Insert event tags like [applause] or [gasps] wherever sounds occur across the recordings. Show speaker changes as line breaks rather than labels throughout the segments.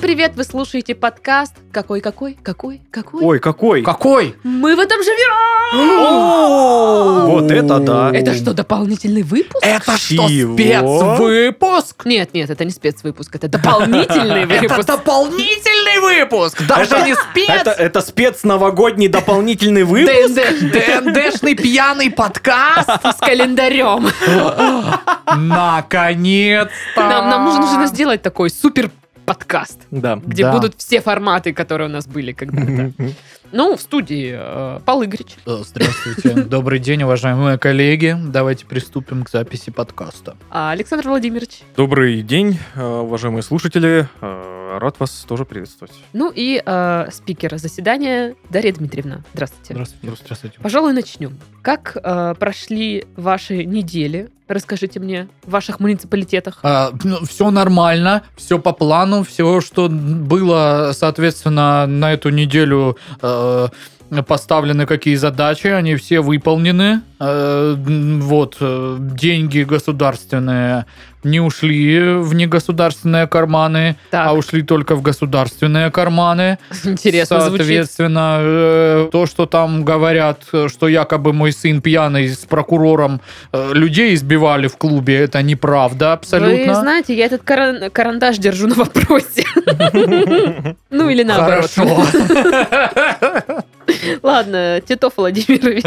привет! Вы слушаете подкаст «Какой, какой, какой, какой?»
Ой, какой?
Какой?
Мы в этом
[gasps]
живем!
О, Вот это да.
Это что, дополнительный выпуск?
Это что,
Чего?
спецвыпуск?
Нет, нет, это не спецвыпуск, это дополнительный
Это
выпуск.
дополнительный выпуск! Даже
Это-
не спец!
Это, это спецновогодний дополнительный выпуск.
ДНДшный пьяный подкаст!
С календарем.
Наконец-то!
Нам, нам нужно, нужно сделать такой супер подкаст,
Да.
где
Да.
будут все форматы, которые у нас были когда-то. Ну, в студии э, Пал Игорич.
Э, Здравствуйте. Добрый день, уважаемые коллеги. Давайте приступим к записи подкаста.
а Александр Владимирович.
Добрый день, э, уважаемые слушатели. Э, Рад вас тоже приветствовать.
Ну и э, спикера заседания Дарья Дмитриевна. Здравствуйте.
Здравствуйте. Здравствуйте.
Пожалуй, начнем. Как э, прошли ваши недели? Расскажите мне в ваших муниципалитетах.
А все ну, нормально, все по плану, все, что было, соответственно, на эту неделю э, поставлены какие задачи, они все выполнены. Э, м, вот, э, деньги государственные не ушли в негосударственные карманы,
Так,
а ушли только в государственные карманы.
[laughs] интересно звучит.
Соответственно, э, то, что там говорят, э, что якобы мой сын пьяный с прокурором э, людей избивали в клубе, это неправда абсолютно.
Вы знаете, я этот каран- карандаш держу на вопросе. Ну или наоборот.
Хорошо.
[laughs] Ладно, Титов Владимирович.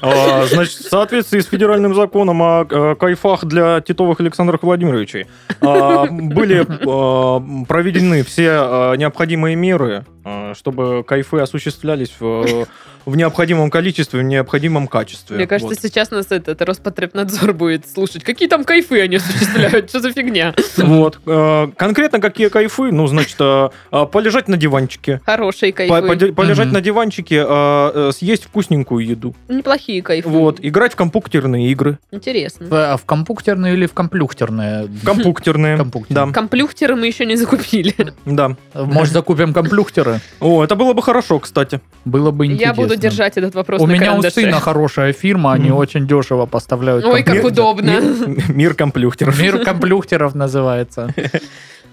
А, Значит, в соответствии с федеральным законом о э, кайфах для титовых Александров Владимировичей а, были а, проведены все а, необходимые меры, а, чтобы кайфы осуществлялись в в необходимом количестве, в необходимом качестве.
Мне кажется,
Вот.
сейчас нас этот Роспотребнадзор будет слушать. Какие там кайфы они осуществляют? Что за фигня?
Вот. Э, Конкретно какие кайфы? Ну, значит, э, э, полежать на диванчике.
Хорошие
По-
кайфы.
поде- Полежать
Мгм.
на диванчике, э, э, съесть вкусненькую еду.
Неплохие кайфы.
Вот. Играть в компьютерные игры.
Интересно.
А В компьютерные или в комплюхтерные? Эм,
Компьютерные. Да,
Компьютерные.
Комплюхтеры мы еще не закупили.
да.
Может, закупим комплюхтеры?
О, это было бы хорошо, кстати.
Было бы интересно.
Я буду держать этот вопрос
У
на
меня у
карандаше.
сына хорошая фирма, они
Мгм.
очень дешево поставляют
Ой, как
комплюхтеры.
удобно.
Ми- Мир компьютеров.
Мир комплюхтеров называется.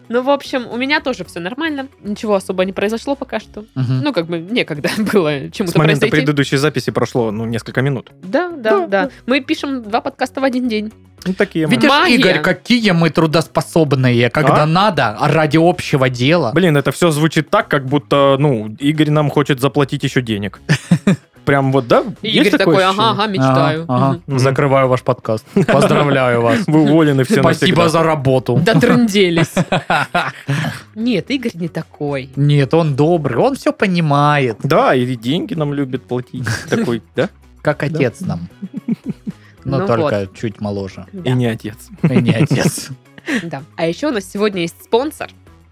Ну, в общем, у меня тоже все нормально. Ничего особо не произошло пока что.
Мгм.
Ну, как бы некогда [laughs] было
С
чему-то
момента
произойти.
предыдущей записи прошло, ну, несколько минут.
Да, да, да. Мы пишем два подкаста в один день.
Ну, такие мы.
Видишь,
Магия.
Игорь, какие мы трудоспособные, когда
А?
надо, а ради общего дела.
Блин, это все звучит так, как будто, ну, Игорь нам хочет заплатить еще
[laughs]
денег. Прям вот, да?
Игорь
Есть такое
такой,
ощущение?
ага, ага, мечтаю.
Ага, А, ага.
Мгм.
Мгм.
Закрываю ваш подкаст. [laughs] Поздравляю вас.
Вы уволены все
Спасибо
навсегда.
за работу. [laughs]
Дотрынделись. Нет, Игорь не такой.
Нет, он добрый, он все понимает,
Да, и деньги нам любят [laughs] платить. Такой, да?
как отец [laughs] нам. Но
Ну
только чуть моложе.
И
Да,
не отец.
[laughs] И не отец.
да. А еще у нас сегодня есть спонсор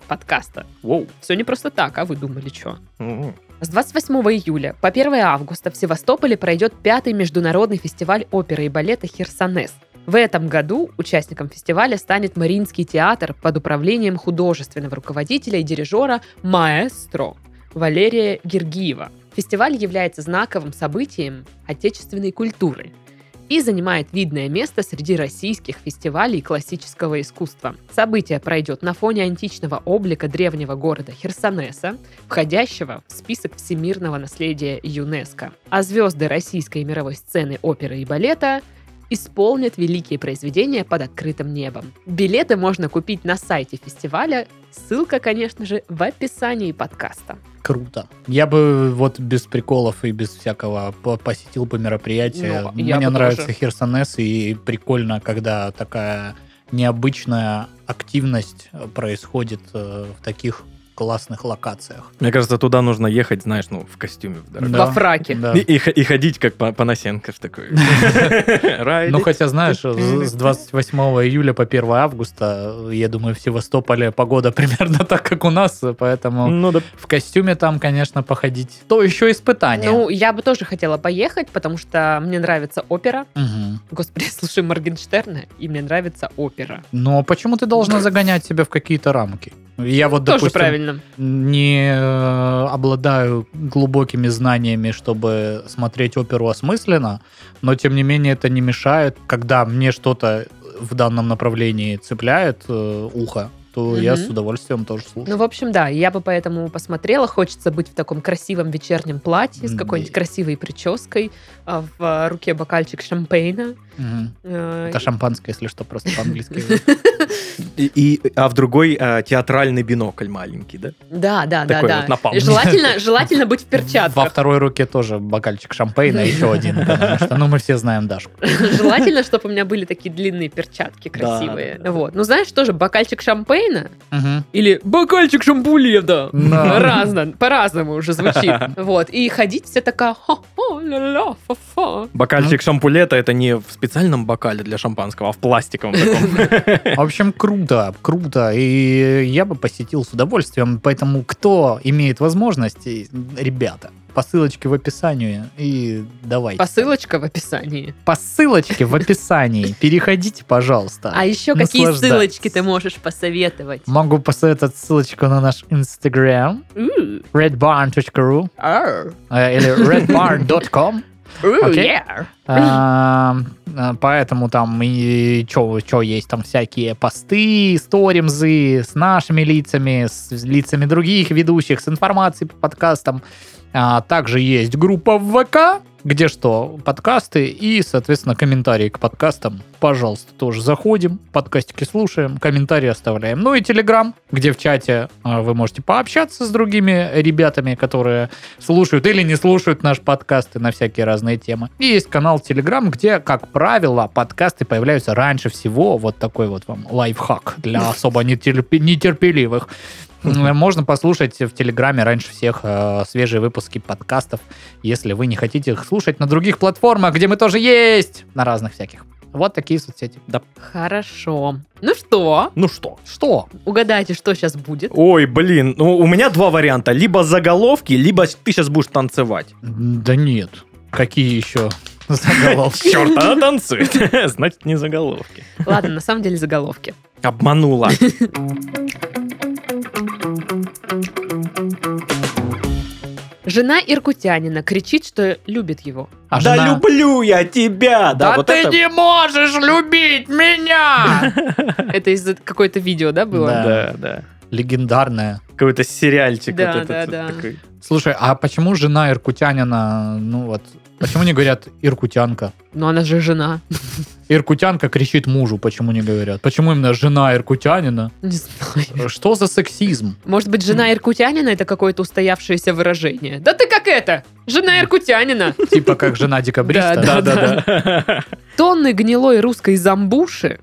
подкаста.
Воу.
Все не просто так, а вы думали, что?
М.
С 28 июля по 1 августа в Севастополе пройдет пятый международный фестиваль оперы и балета «Херсонес». В этом году участником фестиваля станет Мариинский театр под управлением художественного руководителя и дирижера «Маэстро» Валерия Гергиева. Фестиваль является знаковым событием отечественной культуры и занимает видное место среди российских фестивалей классического искусства. Событие пройдет на фоне античного облика древнего города Херсонеса, входящего в список всемирного наследия ЮНЕСКо. А звезды российской и мировой сцены оперы и балета исполнят великие произведения под открытым небом. Билеты можно купить на сайте фестиваля, ссылка, конечно же, в описании подкаста.
[laughs] Круто. Я бы вот без приколов и без всякого по- посетил бы мероприятие.
Ну, я
Мне
бы
нравится
тоже.
Херсонес, и прикольно, когда такая необычная активность происходит э, в таких классных локациях.
Мне кажется, туда нужно ехать, знаешь, ну, в костюме. в дорогом.
Да.
Во фраке.
Да.
И, и х- и ходить как По- Панасенков [laughs] такой.
Ну,
Райли.
хотя, знаешь, с с 28 июля по 1 августа, э, я думаю, в Севастополе погода [laughs] примерно так, как у нас, э, поэтому
Ну да.
в костюме там, конечно, походить. То еще испытание.
Ну, я бы тоже хотела поехать, потому что мне нравится опера.
Мгм.
Господи, [laughs] я слушаю Моргенштерна, и мне нравится опера.
Но почему ты должна загонять себя в какие-то рамки? Я вот,
Тоже
допустим,
правильно.
не э, обладаю глубокими знаниями, чтобы смотреть оперу осмысленно, но, тем не менее, это не мешает, когда мне что-то в данном направлении цепляет э, ухо, то я
Мгм.
с удовольствием тоже слушаю.
Ну, в общем, да, я бы поэтому посмотрела. Хочется быть в таком красивом вечернем платье с какой-нибудь
Мгм.
красивой прической, а в а, руке бокальчик шампейна.
Мгм.
Э,
Это шампанское, если
[laughs]
что, просто по-английски.
И, и- а в другой э, театральный бинокль маленький, да?
Да, да, да,
Такой
да.
вот на палке.
И Желательно, желательно
[laughs]
быть в
Во
перчатках.
второй руке тоже бокальчик шампейна, еще один, потому что, ну, мы все знаем Дашку.
[laughs] Желательно, чтобы у меня были такие длинные перчатки красивые.
да, да.
Вот. Ну, знаешь, тоже бокальчик шампейна
Мгм.
или бокальчик шампуледа. [laughs]
Да.
Разно, по-разному уже
[laughs]
звучит. Вот. И ходить все такая хо-хо, ля-ля, фа-фа.
Бокальчик шампулета это не в специальном бокале для шампанского, а в пластиковом [laughs] таком.
В общем, круто, круто. И я бы посетил с удовольствием. Поэтому, кто имеет возможность, и- ребята, по ссылочке в описании и давайте.
Посылочка в описании.
По ссылочке в описании. [laughs] Переходите, пожалуйста.
А еще какие
наслаждайтесь.
ссылочки ты можешь посоветовать?
Могу посоветовать ссылочку на наш инстаграм
Ooh,
redbarn.ru
arr,
э, или redbarn.com
ooh,
Окей.
yeah.
А, а, Поэтому там и что есть, там всякие посты, сторимзы с нашими лицами, с лицами других ведущих, с информацией по подкастам. А, Также есть группа в ВК, где что, подкасты и, соответственно, комментарии к подкастам. Пожалуйста, тоже заходим, подкастики слушаем, комментарии оставляем. Ну и Телеграм, где в чате а, вы можете пообщаться с другими ребятами, которые слушают или не слушают наш подкасты на всякие разные темы. И есть канал Телеграм, где, как правило, подкасты появляются раньше всего. Вот такой вот вам лайфхак [laughs] для особо нетерпи- нетерпеливых. М, Можно послушать в Телеграме раньше всех э, свежие выпуски подкастов, если вы не хотите их слушать на других платформах, где мы тоже есть, на разных всяких. Вот такие соцсети.
Хорошо. Ну что,
Ну что?
Что?
угадайте, что сейчас будет.
[laughs]
Ой, блин, ну у меня два варианта. Либо заголовки, либо ты сейчас будешь танцевать.
М, Да нет. Какие [laughs] еще заголовки?
Черт, она танцует. [laughs] Значит, не заголовки.
Ладно, на самом деле заголовки.
Обманула.
Жена иркутянина кричит, что любит
[laughs]
его.
А
Да
жена-
люблю я тебя! Да,
Да
вот
ты
это-
не можешь любить меня!
Это из какое-то видео, да, было?
Да.
Да, да.
Легендарная.
Какой-то сериальчик
Да,
вот
да,
этот вот
да.
такой.
Слушай, а почему жена иркутянина, ну вот, почему не говорят иркутянка?
Но Ну, она же жена. [laughs]
Иркутянка кричит мужу, почему не говорят? Почему именно жена иркутянина?
Не знаю.
Что за сексизм?
Может быть, жена иркутянина это какое-то устоявшееся выражение. Да ты как это? Жена
[laughs]
иркутянина.
Типа как жена декабриста?
Да,
[laughs]
да, да. Тонны гнилой русской
[laughs]
замбуши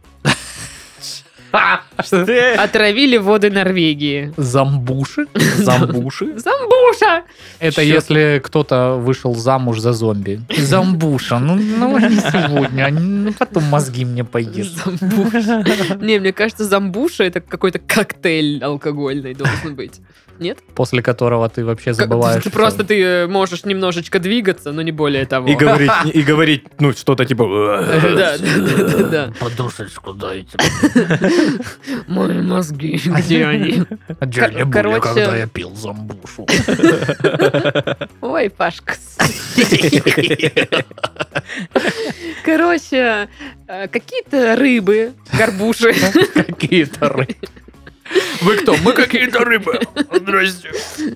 Ты-
отравили воды Норвегии.
Замбуши?
Замбуши?
Замбуша!
Это
Чё?
если кто-то вышел замуж за зомби. Замбуша. Ну, ну, не сегодня. Ну, потом мозги мне поест.
Замбуша. [laughs] Не, мне кажется, замбуша это какой-то коктейль алкогольный должен быть. Нет?
После которого ты вообще
Как-
забываешь.
ты
всё.
Просто ты э, можешь немножечко двигаться, но не более того.
И говорить, и говорить, ну, что-то типа...
[laughs] Да, да, да, да, да.
Подушечку дайте.
[laughs] Мои мозги,
[laughs]
где они? Кор-
не
короче- когда я
пил замбушу.
Ой, Пашка. [laughs] Короче, э, какие-то рыбы, горбуши,
Какие-то [laughs] рыбы. Вы кто? Мы какие-то рыбы. Здрасте.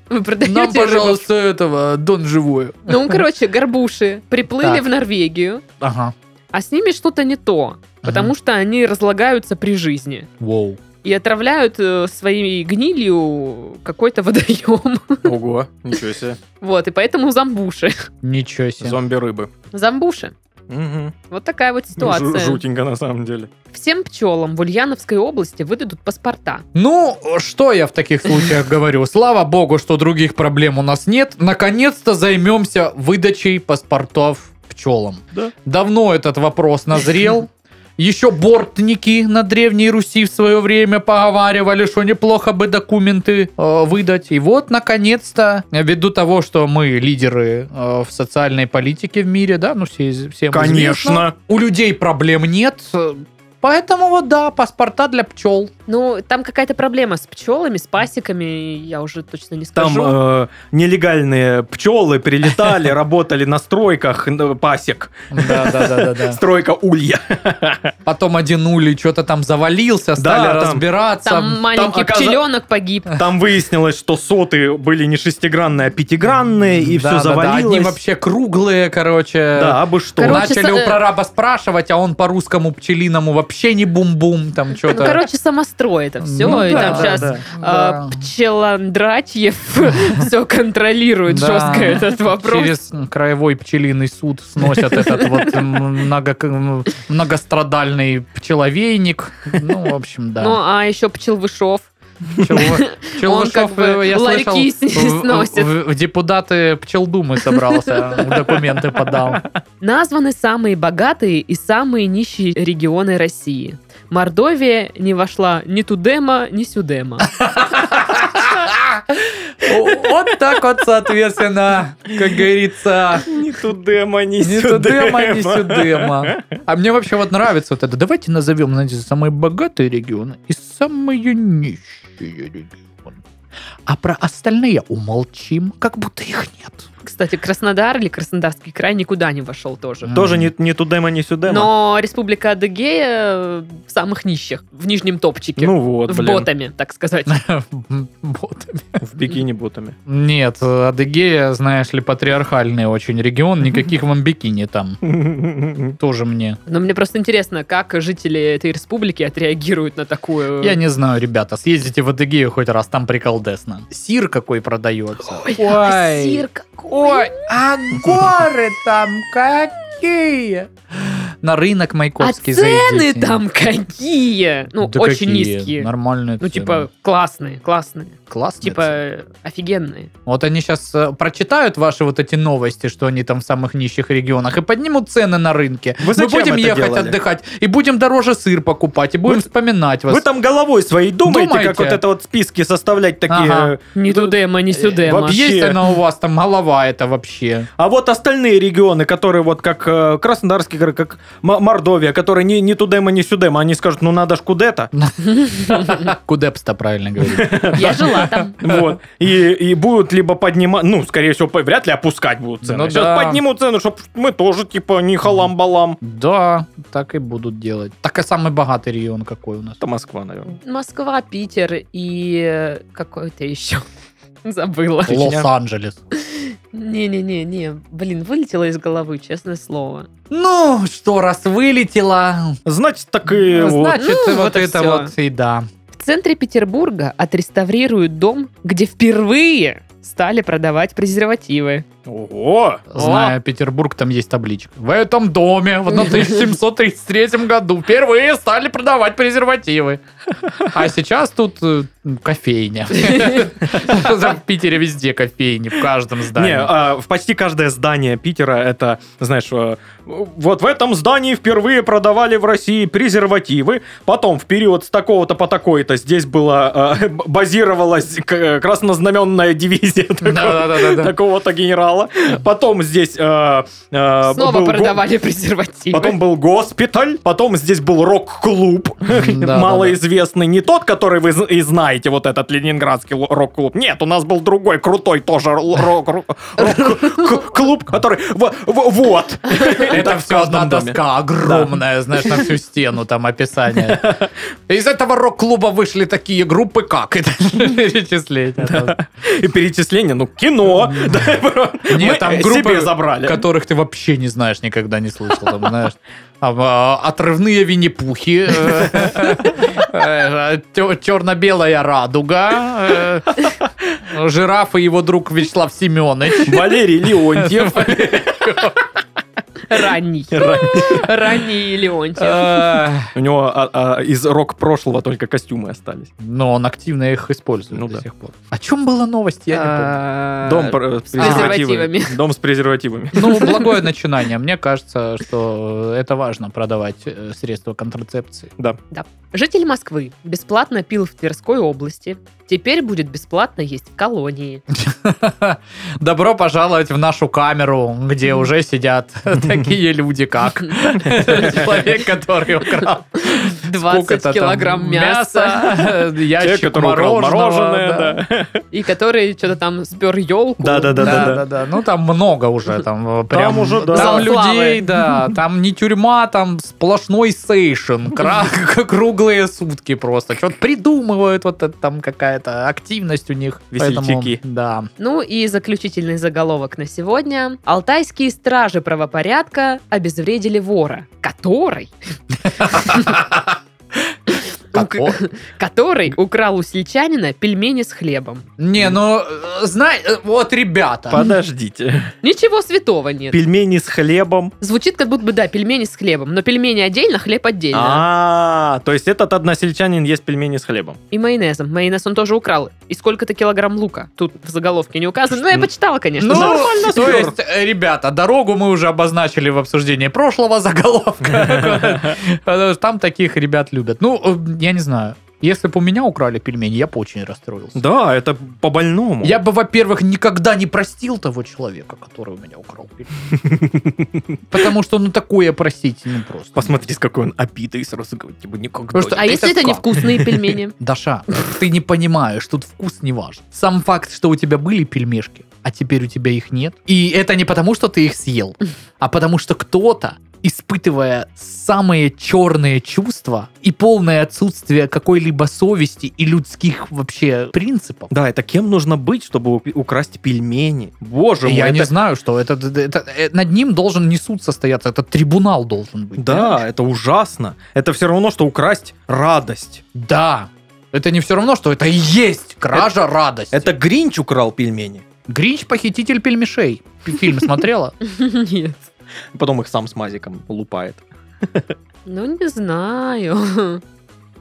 вы
Нам,
продаете рыбу.
пожалуйста, этого, дон живую.
Ну, короче, горбуши приплыли
Так.
в Норвегию,
Ага.
а с ними что-то не то, потому что они разлагаются при жизни.
Воу.
и отравляют э, своей гнилью какой-то [laughs] водоем.
Ого, ничего себе.
Вот, и поэтому замбуши.
Ничего себе.
Зомби-рыбы.
Замбуши.
Мгм.
Вот такая вот
Жу-
ситуация.
Жутенько на самом деле.
Всем пчелам в Ульяновской области выдадут паспорта.
Ну, что я в таких случаях говорю? Слава богу, что других проблем у нас нет. Наконец-то займемся выдачей паспортов пчелам.
Да.
Давно этот вопрос назрел. Еще бортники на Древней Руси в свое время поговаривали, что неплохо бы документы э, выдать. И вот, наконец-то, ввиду того, что мы лидеры э, в социальной политике в мире, да, ну все, из- всем известно,
Конечно.
у людей проблем нет, э, поэтому вот да, паспорта для пчел.
Ну, там какая-то проблема с пчелами, с пасеками, я уже точно не
Там
скажу.
э, нелегальные пчелы прилетали, работали на стройках э, пасек,
Да, да, да, да, да.
стройка улья.
[laughs] Потом один улей что-то там завалился, стали
Да, там-
разбираться.
Там маленький
оказа- Э,
пчеленок погиб.
Там выяснилось, что соты были не шестигранные, а пятигранные, и
Да,
все
да, да, Одни
завалилось.
вообще круглые, короче.
Да, а бы что.
Короче, э, со-
Начали у прораба спрашивать, а он по русскому пчелиному вообще не бум-бум, там
Ну,
что-то.
короче, самострой это все.
Ну
и
да,
там
да,
сейчас
да.
а, Пчеландрачьев [laughs] все контролирует
Да.
жестко этот вопрос.
Через краевой пчелиный суд сносят этот вот м, много- м, многострадальный пчеловейник. Ну, в общем,
Ну,
да.
а еще пчелвышов. [laughs]
Пчело- Пчелышев,
как бы
э, я
ларьки
слышал,
с-
в-
сносит.
в- В депутаты пчелдумы собрался, документы подал.
Названы самые богатые и самые нищие регионы России. Мордовия не вошла ни Тудема, ни
[laughs]
Сюдема.
Вот так вот, соответственно, как говорится,
Не тудема, не
Не Судема, не Сюдема. А мне вообще вот нравится вот это. Давайте назовем, знаете, самые богатые регионы и самые нищие регионы. А про остальные умолчим, как будто их нет.
[laughs] Кстати, Краснодар или Краснодарский край никуда не вошел тоже.
Тоже не, не тудема, не сюдема.
Но Республика Адыгея э, в самых нищих, в нижнем топчике.
Ну вот,
в
блин.
ботами, так
[laughs]
сказать.
Ботами.
В бикини
[laughs]
ботами.
Нет, Адыгея, знаешь ли, патриархальный очень регион, никаких вам бикини там. Тоже мне.
Но мне просто интересно, как жители этой республики отреагируют на такую...
Я не знаю, ребята, съездите в Адыгею хоть раз, там приколдесно. Сир какой продается.
Ой,
Ой.
сыр какой!
а горы там какие? На рынок
А
Майкопский
цены
зайдите.
там какие! Ну,
Да
очень
какие?
низкие.
Нормальные
Ну,
цены.
типа, классные, классные.
классные цены.
Типа, офигенные.
Вот они сейчас прочитают ваши вот эти новости, что они там в самых нищих регионах, и поднимут цены на рынке.
Вы
Мы
зачем
будем
это
ехать
делали?
отдыхать, и будем дороже сыр покупать, и будем
Вы-
вспоминать вас.
Вы там головой своей думаете, как
Думаете?
вот это вот списки составлять такие.
Ага.
Не тудема, не сюдема.
вообще-
Есть она у вас там голова
[laughs]
это вообще?
А вот остальные регионы, которые вот как э, Краснодарский край, как М- Мордовия, которые не, не тудема, не сюдема, они скажут, ну надо ж куда-то.
Кудепс-то
[laughs]
правильно говорит.
Я жила там.
[laughs]
Вот. И, и будут либо поднимать, ну, скорее всего, по- вряд ли опускать будут цены.
Ну
Сейчас
да.
поднимут цены, чтобы мы тоже, типа, не халам-балам.
Да, так и будут делать. Так и самый богатый регион какой у нас.
Это Москва, наверное.
Москва, Питер и э, какой-то еще. [laughs] Забыла.
Чечня.
Лос-Анджелес.
Не-не-не-не. Блин, вылетело из головы, честное слово.
Ну, что, раз вылетела,
Значит, так и вот.
значит,
Ну,
вот,
вот и
это
всё.
вот и да.
В центре Петербурга отреставрируют дом, где впервые стали продавать презервативы.
Ого!
Зная Петербург, там есть табличка. В этом доме в 1733 году впервые стали продавать презервативы. А сейчас тут э, кофейня. [laughs] В Питере везде кофейни, в каждом
Не,
здании.
а, в почти каждое здание Питера это, знаешь, э, вот в этом здании впервые продавали в России презервативы, потом в период с такого-то по такой-то здесь была э, б- базировалась к- э, краснознаменная дивизия такого-
Да-да-да.
такого-то генерала, потом здесь э, э,
Снова
был го-
продавали презервативы.
Потом был госпиталь, потом здесь был [laughs] рок-клуб,
Да-да-да.
малоизвестный, не тот, который вы з- и знаете, вот этот ленинградский л- рок-клуб. Нет, у нас был другой крутой тоже л- рок- ру- [laughs] рок-клуб, который в- в- вот. И
[laughs] Это
так в
все одна
каждом доме.
доска огромная, знаешь, на всю стену
[laughs]
там описание. Из этого рок-клуба вышли такие группы, как это [laughs] перечислить.
И перечисление, ну, кино. [laughs] да,
Нет,
Мы
там
себе
группы,
забрали.
э, которых ты вообще не знаешь, никогда не слышал. Там, знаешь, там, а, отрывные винни-пухи, э, черно-белая радуга, э, жираф и его друг Вячеслав Семенович.
[laughs] Валерий Леонтьев.
[laughs]
Ранний. Ранний Леонтьев.
Э,
У него а, а, из рок прошлого только костюмы остались.
Но он активно их использует
Ну
до
да.
сих пор. О чем была новость, я не помню.
А,
Дом пр- с презервативами.
презервативами.
Дом с презервативами.
Ну, благое начинание. Мне кажется, что это важно продавать э, средства контрацепции.
Житель Москвы бесплатно пил в Тверской области. Теперь будет бесплатно есть в колонии.
[laughs] Добро пожаловать в нашу камеру, где уже сидят такие люди, как человек, который украл сколько-то
20
там
килограмм мяса,
[laughs] ящик
Те, которые украл
мороженого,
мороженое,
да.
да.
и который что-то там спер елку.
Да, да, да.
Ну там много уже, там э, прям
уже, да.
там
Зал
людей,
славы.
да, там не тюрьма, там сплошной сейшн, кра- [laughs] круглые сутки просто. Что-то придумывают, вот это там какая-то активность у них. Поэтому,
Весельчаки.
Да.
Ну и заключительный заголовок на сегодня. Алтайские стражи правопорядка обезвредили вора, который...
Како-
Который украл у сельчанина пельмени с хлебом.
Не, ну, э, знай, э, вот ребята.
Подождите.
[laughs]
Ничего святого нет.
Пельмени с хлебом.
Звучит как будто бы, да, пельмени с хлебом, но пельмени отдельно, хлеб отдельно.
А, то есть этот односельчанин ест пельмени с хлебом.
И майонезом. Майонез он тоже украл. И сколько-то килограмм лука. Тут в заголовке не указано. Но я
Ну,
почитала, конечно.
Ну,
же.
то
спер.
есть, э, ребята, дорогу мы уже обозначили в обсуждении прошлого заголовка. [laughs] Там таких ребят любят. Ну, э, я не знаю. Если бы у меня украли пельмени, я бы очень расстроился.
Да, это по-больному.
Я бы, во-первых, никогда не простил того человека, который у меня украл пельмени.
[laughs]
Потому что, ну, такое простить, ну, просто.
Посмотри, какой он опитый, сразу говорит, типа, никогда.
Просто-
а если
это
это
как?
невкусные
[laughs]
пельмени?
Даша, ты не понимаешь, тут вкус не важен. Сам факт, что у тебя были пельмешки, а теперь у тебя их нет. И это не потому, что ты их съел, а потому что кто-то, испытывая самые черные чувства и полное отсутствие какой-либо совести и людских вообще принципов,
Да, это кем нужно быть, чтобы у- украсть пельмени? Боже мой.
я не
это-
знаю, что это, это- э, над ним должен не суд состояться, это трибунал должен быть.
Да,
понимаешь?
это ужасно. Это все равно, что украсть радость.
да. Это не все равно, что это и есть кража радости.
Это Гринч украл пельмени.
Гринч похититель пельмешей. Фильм смотрела?
Нет.
Потом их сам с мазиком лупает.
Ну, не знаю.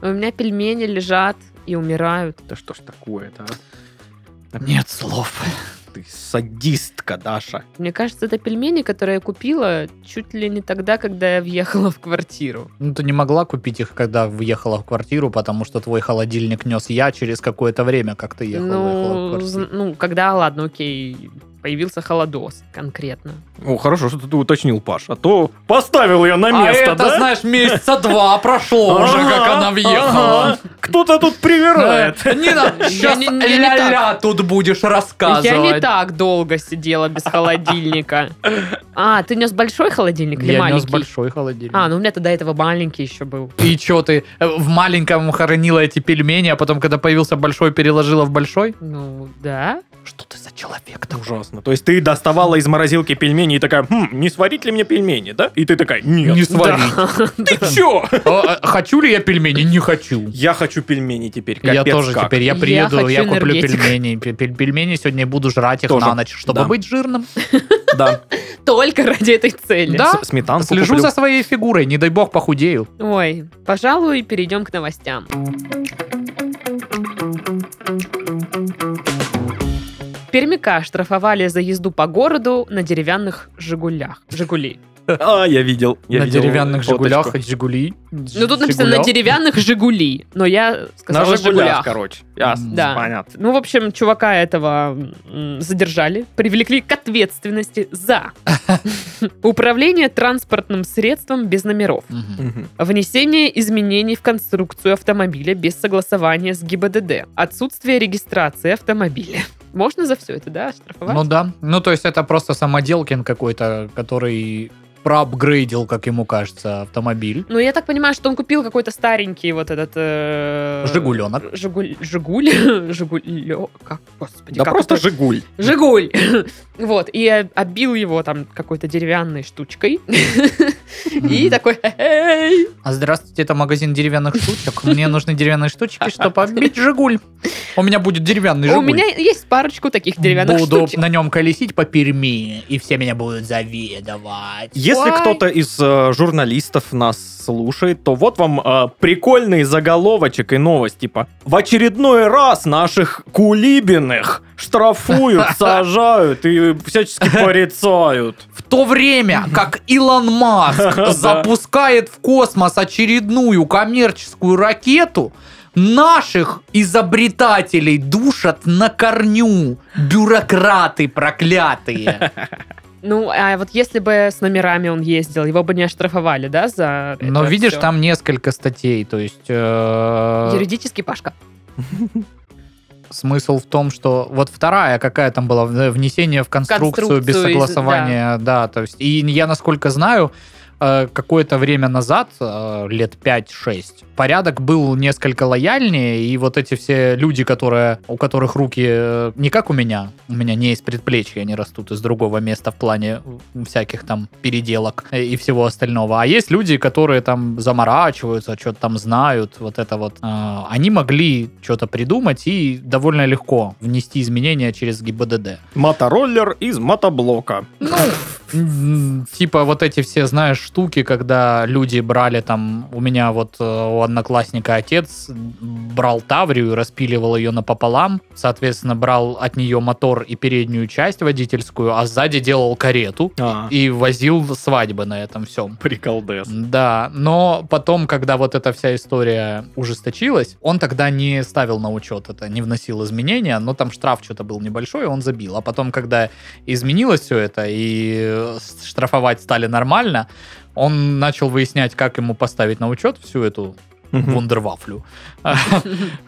У меня пельмени лежат и умирают.
Да что ж такое-то, а?
Нет слов.
Ты садистка, Даша.
Мне кажется, это пельмени, которые я купила чуть ли не тогда, когда я въехала в квартиру.
Ну, ты не могла купить их, когда въехала в квартиру, потому что твой холодильник нес я через какое-то время, как ты ехала, выехала в
ну,
квартиру.
з- ну, когда, ладно, окей, появился холодос конкретно.
О, Ну, хорошо, что ты уточнил, Паш. А то поставил ее на
а
место, да?
А знаешь, месяца два прошло
[laughs]
Ага, ага. Кто-то тут
Ну,
привирает.
Нина,
щас не- я не ля-ля
тут будешь
Я не так долго сидела без холодильника. А, ты нес большой холодильник или
Я нес
маленький?
большой холодильник.
А, ну у меня тогда этого маленький еще был.
И чё ты э, в маленьком хоронила эти пельмени, а потом, когда появился большой, переложила в большой?
Ну, да.
Что ты за человек
Это ужасно. То есть ты доставала из морозилки пельмени и такая, «Хм, не сварить ли мне пельмени, да? И ты такая, нет.
Не сварить.
[laughs]
[laughs]
Ты чё?
О, э, Хочу ли я пельмени? Не хочу.
Я хочу пельмени теперь,
Я
капец
тоже
как.
теперь, я
Я
приеду,
хочу
я, куплю
энергетик.
пельмени. Пе- пе- Пельмени сегодня и буду жрать их
Тоже.
на ночь, чтобы
Да.
быть жирным.
Да.
Только ради этой цели.
[laughs] Да.
С- Сметанку
Слежу
куплю.
за своей фигурой, не дай бог похудею.
Ой, пожалуй, перейдем к новостям. Пермика штрафовали за езду по городу на деревянных «Жигулях». «Жигули».
А, я видел. я
на
видел
деревянных
фоточку.
«Жигулях» «Жигули».
Ну, тут написано «на деревянных «Жигули», но я
На
сказала
«Жигулях»,
«Жигулях».
короче. Ясно,
Да.
понятно.
Ну, в общем, чувака этого м, задержали, привлекли к ответственности
[laughs]
за управление транспортным средством без номеров,
Мгм.
Мгм.
внесение изменений в конструкцию автомобиля без согласования с ГИБДД, отсутствие регистрации автомобиля. Можно за все это, да, штрафовать?
Ну да. Ну, то есть это просто самоделкин какой-то, который проапгрейдил, как ему кажется, автомобиль.
Ну, я так понимаю, что он купил какой-то старенький вот этот... э,
Жигуленок.
Жигуль, Жигуль, [laughs] Жигуль, как, господи,
Да
как
просто
это?
«Жигуль».
Жигуль. [laughs] Вот, и э, оббил его там какой-то деревянной штучкой. [laughs] И
Мгм.
такой, «Эй!»
А здравствуйте, это магазин деревянных штучек. Мне нужны деревянные
[laughs]
штучки, чтобы оббить «Жигуль». У меня будет деревянный
у
Ну, «Жигуль».
меня есть парочку таких деревянных
Буду
штучек.
на нем колесить по Перми, и все меня будут заведовать.
Если
Ой.
кто-то из э, журналистов нас слушает, то вот вам э, прикольный заголовочек и новость, типа «В очередной раз наших кулибиных штрафуют, сажают и всячески порицают».
В то время, как Илон Маск
[laughs]
Да.
запускает в космос очередную коммерческую ракету, наших изобретателей душат на корню бюрократы проклятые.
Ну, а вот если бы с номерами он ездил, его бы не оштрафовали, да, за [laughs]
Но
это
видишь,
всё?
там несколько статей, то есть... э,
Юридически, Пашка.
смысл в том, что вот вторая какая там была, в- внесение в конструкцию,
Конструкцию
без
из-
согласования, да. то есть, и я, насколько знаю, э, какое-то время назад, э, лет 5-6, порядок был несколько лояльнее, и вот эти все люди, которые, у которых руки э, не как у меня, у меня не из предплечья, они растут из другого места в плане э, всяких там переделок э, и всего остального, а есть люди, которые там заморачиваются, что-то там знают, вот это вот, э, они могли что-то придумать и довольно легко внести изменения через ГИБДД.
Мотороллер из мотоблока.
Ну, м, типа вот эти все, знаешь, штуки, когда люди брали там, у меня вот э, у одноклассника отец брал Таврию, и распиливал ее напополам, соответственно, брал от нее мотор и переднюю часть водительскую, а сзади делал карету
А,
и возил свадьбы на этом всем.
приколдес.
Да, но потом, когда вот эта вся история ужесточилась, он тогда не ставил на учет это, не вносил изменения, но там штраф что-то был небольшой, он забил. А потом, когда изменилось все это и э, штрафовать стали нормально, он начал выяснять, как ему поставить на учет всю эту вундервафлю. [laughs]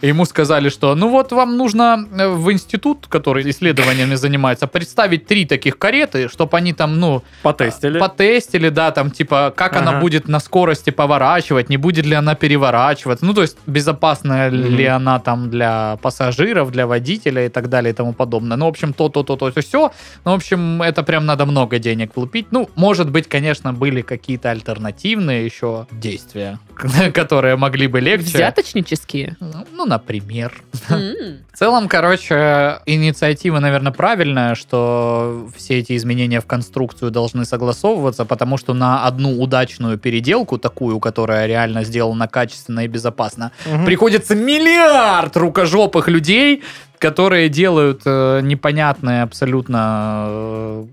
Ему сказали, что ну вот вам нужно э, в институт, который исследованиями занимается, представить три таких кареты, чтобы они там, ну,
Потестили.
Потестили, да, там, типа, как она
Ага.
будет на скорости поворачивать, не будет ли она переворачивать. Ну, то есть, безопасна ли
Мгм.
она там для пассажиров, для водителя и так далее и тому подобное. Ну, в общем, то, то, то, то, то, все. Ну, в общем, это прям надо много денег влупить. Ну, может быть, конечно, были какие-то альтернативные еще действия, [laughs] которые могли бы легче. [laughs]
Взяточнические. Хм.
Ну, например.
М.
В целом, короче, инициатива, наверное, правильная, что все эти изменения в конструкцию должны согласовываться, потому что на одну удачную переделку, такую, которая реально сделана качественно и безопасно,
Мгм.
приходится миллиард рукожопых людей, которые делают э, непонятные абсолютно э,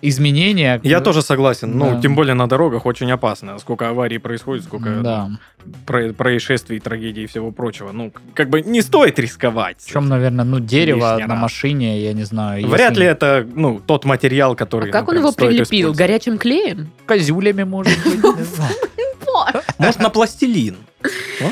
изменения.
Я тоже согласен.
Да.
Ну, тем более на дорогах очень опасно. Сколько аварий происходит, сколько
Да.
про- происшествий, трагедий и всего прочего. Ну, как бы не стоит рисковать.
Причем, наверное, ну, дерево
Лишний
на
раз.
машине, я не знаю.
Вряд
если-
ли это, ну, тот материал,
А
который... ну,
как он
прям
его
стоит
прилепил?
использовать.
Горячим [laughs] клеем?
Козюлями, может
[laughs]
быть. не знаю.
[laughs]
Может, на пластилин?
А,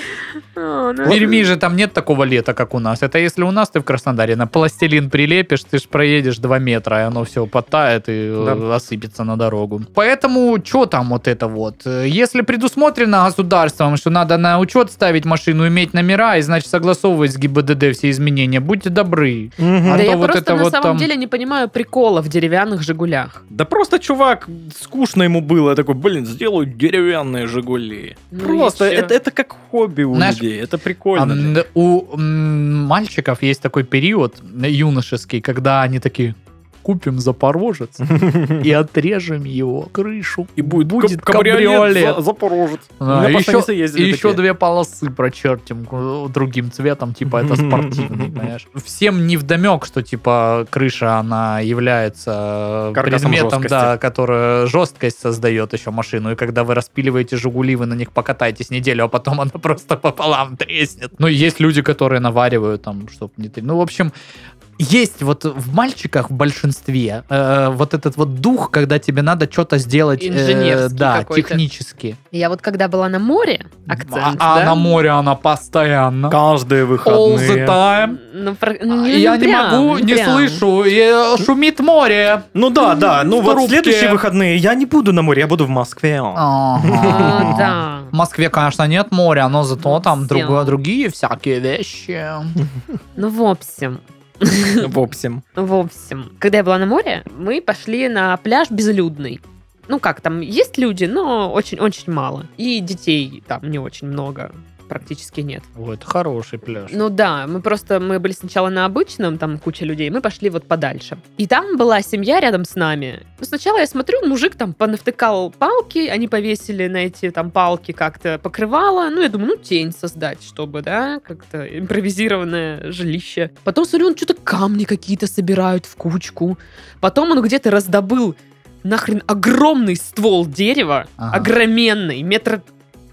Э,
ну.
В Перми же там нет такого лета, как у нас. Это если у нас ты в Краснодаре на пластилин прилепишь, ты ж проедешь 2 метра, и оно все потает и э,
Да.
осыпется на дорогу. Поэтому что там вот это вот? Э, Если предусмотрено государством, что надо на учет ставить машину, иметь номера и, значит, согласовывать с ГИБДД все изменения, будьте добры.
Мгм.
А
Да
то
я
вот
просто
это
на
вот
самом
там-
деле не понимаю прикола в деревянных «Жигулях».
Да просто чувак, скучно ему было. Я такой, блин, сделаю деревянные «Жигули».
Ну и
просто
чё?
это, это как хобби у
Знаешь,
людей. Это прикольно.
А, м, у м, мальчиков есть такой период э, юношеский, когда они такие
[laughs]
купим запорожец и отрежем его крышу.
И будет,
будет
каб-
кабриолет.
за- запорожец.
Да,
У меня
и
пацаны
еще,
ездили
и еще
такие.
две полосы прочертим э, другим цветом, типа
[laughs]
это спортивный, понимаешь? Всем не вдомек, что типа крыша, она является э,
Каркасом
предметом, да,
жесткости.
которая жесткость создает еще машину, и когда вы распиливаете «Жигули», вы на них покатаетесь неделю, а потом она [laughs] просто пополам треснет. Ну, есть люди, которые наваривают там, чтобы не... трен- Ну, в общем, есть вот в мальчиках в большинстве э, вот этот вот дух, когда тебе надо что-то сделать, э,
Инженерский
да,
какой-то.
технически.
Я вот когда была на море, акцент,
А, а
да?
на море она постоянно.
Каждые
All the
выходные.
time.
Ну, про-
А,
ну,
Я не
прям,
могу, не
прям.
слышу. и, э, Шумит море.
Ну да, да. Ну
В
вот
трубке.
следующие выходные я не буду на море, я буду в Москве.
А,
Ага.
Да.
В Москве, конечно, нет моря, но зато там
Всё.
друго- другие всякие вещи.
Ну, в общем,
[laughs] В общем.
в общем. Когда я была на море, мы пошли на пляж безлюдный. Ну как, там есть люди, но очень-очень мало. И детей там не очень много, практически нет.
Ой, это хороший пляж.
Ну да, мы просто, мы были сначала на обычном, там куча людей, мы пошли вот подальше. И там была семья рядом с нами. Ну, сначала я смотрю, мужик там понавтыкал палки, они повесили на эти там палки как-то покрывало. Ну, я думаю, ну тень создать, чтобы, да, как-то импровизированное жилище. Потом смотрю, он что-то камни какие-то собирают в кучку. Потом он где-то раздобыл нахрен огромный ствол дерева,
Ага.
огроменный, метра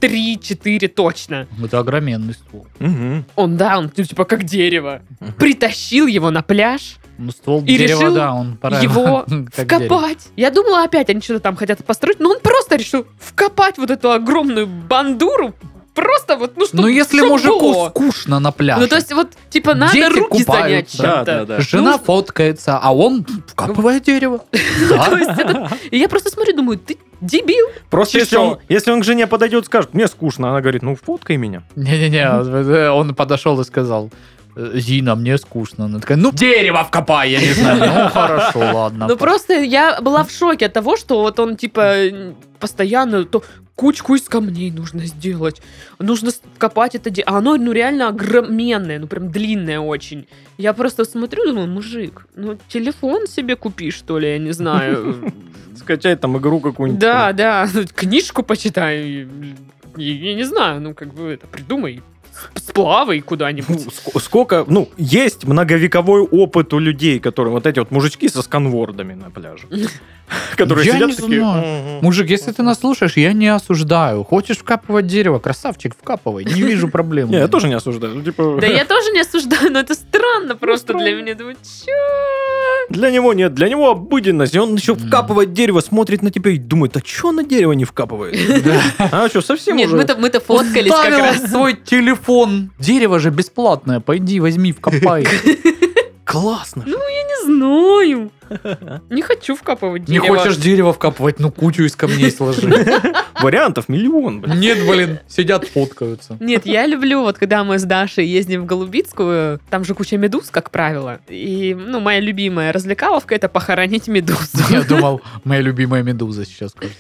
3-4 точно.
Это огроменный ствол.
Мгм.
Он, да, он ну, типа как дерево. Притащил его на пляж,
Ну, ствол
И
дерева,
решил
да, он правильно.
его
как дерево.
вкопать. Я думала опять, они что-то там хотят построить, но он просто решил вкопать вот эту огромную бандуру. Просто вот, ну что
[laughs] Ну, если мужику скучно на пляже.
Ну, то есть, вот, типа, надо
Дети
руки занять
купаются.
чем-то.
Да, да, да.
Жена
Ну,
фоткается, а он вкапывает
[laughs]
дерево.
То
Да.
есть это- И я просто смотрю, думаю, ты дебил.
Просто
Ты
если
что?
он, если он к жене подойдет, скажет, мне скучно. Она говорит, ну фоткай меня.
Не-не-не, а э, он подошел и сказал, «Э, Зина, мне скучно. Она такая, ну, дерево вкопай, я не знаю. Ну, хорошо, ладно.
Ну, просто я была в шоке от того, что вот он, типа, постоянно то кучку из камней нужно сделать. Нужно с- копать это де- А оно, ну, реально огроменное, ну, прям длинное очень. Я просто смотрю, думаю, мужик, ну, телефон себе купи, что ли, я не
[laughs]
знаю.
Скачай там игру какую-нибудь.
Да, да, ну, книжку почитай. Я я не знаю, ну, как бы это, придумай. Сплавай
Ну, [laughs]
куда-нибудь.
ск- сколько, ну, есть многовековой опыт у людей, которые вот эти вот мужички со сканвордами на
[laughs]
пляже. Которые
Я
сидят
не
такие...
знаю.
«Мгм».
Мужик, если ты нас слушаешь, я не осуждаю. Хочешь вкапывать дерево, красавчик, вкапывай. Не вижу проблем.
Не, я тоже не осуждаю. Ну, типа,
Да я тоже не осуждаю, но это странно просто для
Ну, странно.
меня. Думаю, чё?
[laughs] Для него нет, для него обыденность. И он еще
Мгм.
вкапывает дерево, смотрит на тебя и думает, а что на дерево
[laughs]
не вкапывает? А что, совсем
Нет,
уже?
мы-то мы-то фоткались как
Вставила
раз.
свой телефон. Дерево же бесплатное. Пойди, возьми, вкопай.
Классно. же.
Не знаю.
[laughs]
Не хочу вкапывать
Не
дерево.
хочешь дерево вкапывать, ну кучу из камней [laughs] сложи.
Вариантов миллион, блин.
Нет, блин, сидят, фоткаются.
Нет, я люблю, вот когда мы с Дашей ездим в Голубицкую, там же куча медуз, как правило. И, ну, моя любимая развлекаловка — это похоронить [laughs]
Я
медузу.
думал, моя любимая медуза сейчас скажет.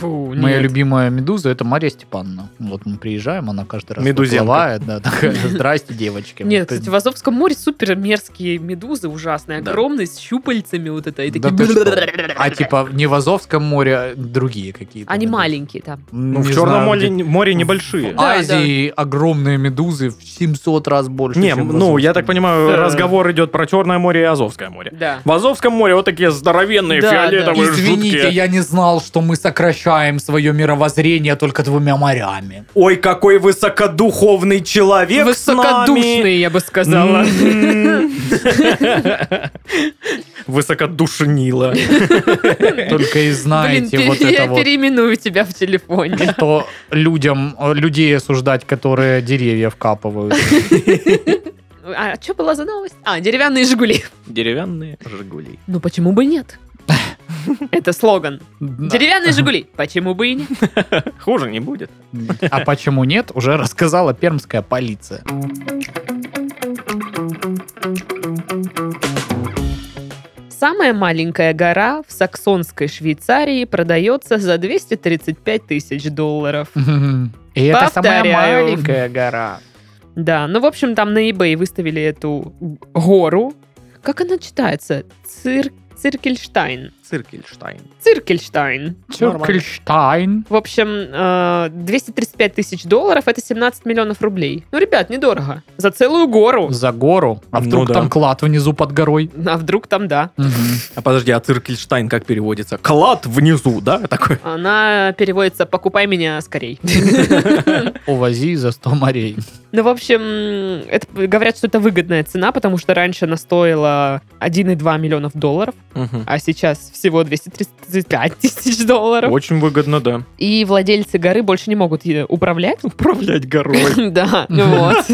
Фу,
Моя
нет.
любимая медуза это Мария Степановна. Вот мы приезжаем, она каждый раз
Медузенка.
выплывает, да, такая, здрасте, девочки.
Нет,
Вот
кстати,
ты-
в Азовском море супер мерзкие медузы ужасные,
Да.
огромные, с щупальцами вот это. И
Да
такие...
ты что?
[laughs]
А типа не в Азовском море, а другие какие-то.
Они
медузы.
маленькие там.
Ну, в
Не
Черном
знаю,
море,
где-
море небольшие.
В
Да,
Азии огромные медузы в 700 раз больше,
Не,
а, чем в
ну, я
Азовском.
так понимаю,
Да.
разговор идет про Черное море и Азовское море.
Да.
В Азовском море вот такие здоровенные
Да,
фиолетовые
Извините,
жуткие.
я не знал, что мы сокращаем свое мировоззрение только двумя морями.
Ой, какой высокодуховный человек М-м.
Высокодушные, я бы сказала.
Высокодушные. [laughs] Высокодушнило.
Только и знаете
Блин,
вот
пере-
это
я
вот.
переименую тебя в телефоне.
Что людям, э, людей осуждать, которые деревья вкапывают.
А что была за новость? А, деревянные «Жигули».
Деревянные Жигули.
Ну почему бы
[laughs]
нет? Это слоган.
Да.
Деревянные «Жигули». Почему бы и нет?
Хуже не будет.
А почему нет, уже рассказала пермская полиция.
Самая маленькая гора в саксонской Швейцарии продается за 235 тысяч долларов.
И это самая
Повторяю.
маленькая гора.
Да, ну, в общем, там на eBay выставили эту гору. Как она читается? Цир... Циркельштайн.
Циркельштайн.
Циркельштайн.
Циркельштайн.
В общем, э, 235 тысяч долларов это 17 миллионов рублей. Ну, ребят, недорого. За целую гору.
За гору. А
Ну
вдруг
да.
там клад внизу под горой?
А вдруг там, да.
А подожди, а Циркельштайн как переводится? Клад внизу, да? Такой.
Она переводится «покупай меня скорей».
Увози за 100 морей.
Ну, в общем, это, говорят, что это выгодная цена, потому что раньше она стоила 1,2 миллионов долларов, а сейчас всего 235 тысяч долларов.
Очень выгодно, да.
И владельцы горы больше не могут е- управлять.
Управлять
[laughs]
горой.
Да, вот.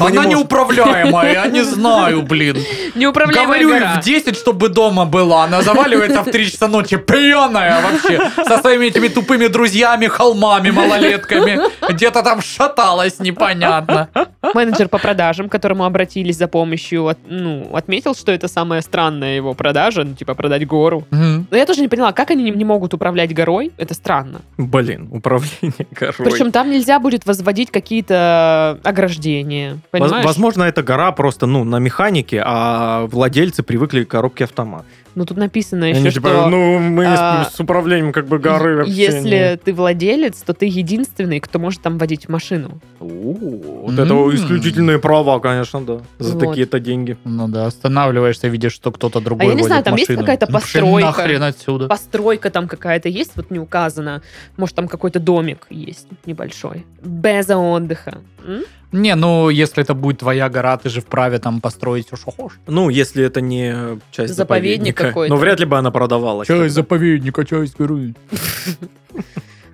Она неуправляемая, я не знаю, блин.
Неуправляемая
Говорю ей
гора.
в 10, чтобы дома была. Она заваливается в 3 часа ночи, пьяная вообще, со своими этими тупыми друзьями, холмами, малолетками. Где-то там шаталась непонятно.
Менеджер по продажам, к которому обратились за помощью, от- ну, отметил, что это самая странная его продажа, ну, типа продать гору.
Мгм.
Но я тоже не поняла, как они не- не могут управлять горой, это странно.
[laughs] Блин, управление горой.
Причем там нельзя будет возводить какие-то ограждения,
Воз-
понимаешь?
Возможно, эта гора просто, ну, на механике, а владельцы привыкли к коробке автомат.
Ну, тут написано еще,
Они
что...
типа, ну, мы с-
а,
с управлением как бы горы вообще
Если
не-
ты владелец, то ты единственный, кто может там водить машину.
У, Вот
М.
это исключительные права, конечно, да. За
Вот.
такие-то деньги.
Ну да, останавливаешься, видишь, что кто-то другой
А я не
водит
знаю, там есть
машину.
какая-то
Ну, пошли
постройка?
нахрен отсюда.
Постройка там какая-то есть, вот не указано. Может, там какой-то домик есть небольшой. Беза отдыха. М?
Не, ну, если это будет твоя гора, ты же вправе там построить все, что хочешь.
Ну, если это не часть
Заповедник
заповедника.
какой-то.
Но вряд ли бы она продавалась.
заповедника, часть горы.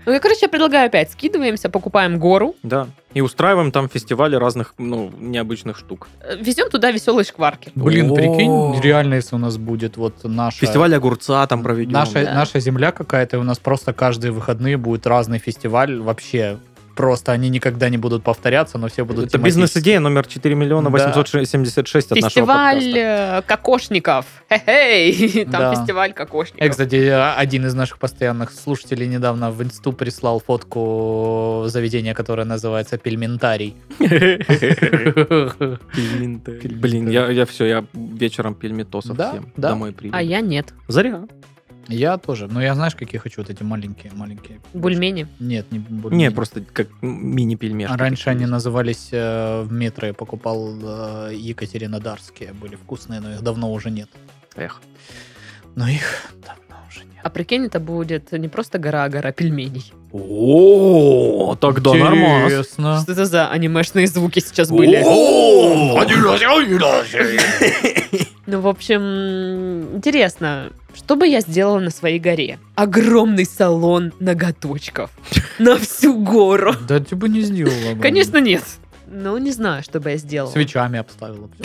Ну, я, короче, я предлагаю опять. Скидываемся, покупаем гору,
Да. И устраиваем там фестивали разных, ну, необычных штук.
э, везем туда веселые шкварки.
Блин,
О.
прикинь, реально, если у нас будет вот наша...
Фестиваль огурца там проведем.
Наша,
Да.
наша земля какая-то, и у нас просто каждые выходные будет разный фестиваль. Вообще, просто они никогда не будут повторяться, но все будут
Это
тематические.
бизнес-идея номер 4 миллиона
Да.
876 от нашего
Фестиваль
подкаста.
э, кокошников. Хе-хей! [laughs] Там
Да.
фестиваль
Я,
кокошников.
Э, кстати, один из наших постоянных слушателей недавно в инсту прислал фотку заведения, которое называется Пельментарий.
Пельменты. Блин, я, я все, я вечером пельметосов
Да,
всем
да.
домой приду.
А я нет.
Заря.
[laughs] Я тоже. Но я знаешь, какие хочу? Вот эти маленькие, маленькие.
Бульмени.
Нет, не бульмени.
Не, просто как мини-пельмешки.
А Раньше они назывались э, в метро, я покупал э, Екатеринодарские, были вкусные, но их давно уже нет.
Эх.
Но их [laughs] давно уже нет.
А прикинь, это будет не просто гора, а гора пельменей.
О, тогда нормально.
Интересно.
Что это за анимешные звуки сейчас были? Ну, в общем, интересно, что бы я сделала на своей горе? Огромный салон ноготочков на всю гору.
Да ты бы не сделала. бы.
Конечно, нет. Ну, не знаю, что бы я сделала.
Свечами обставила. бы.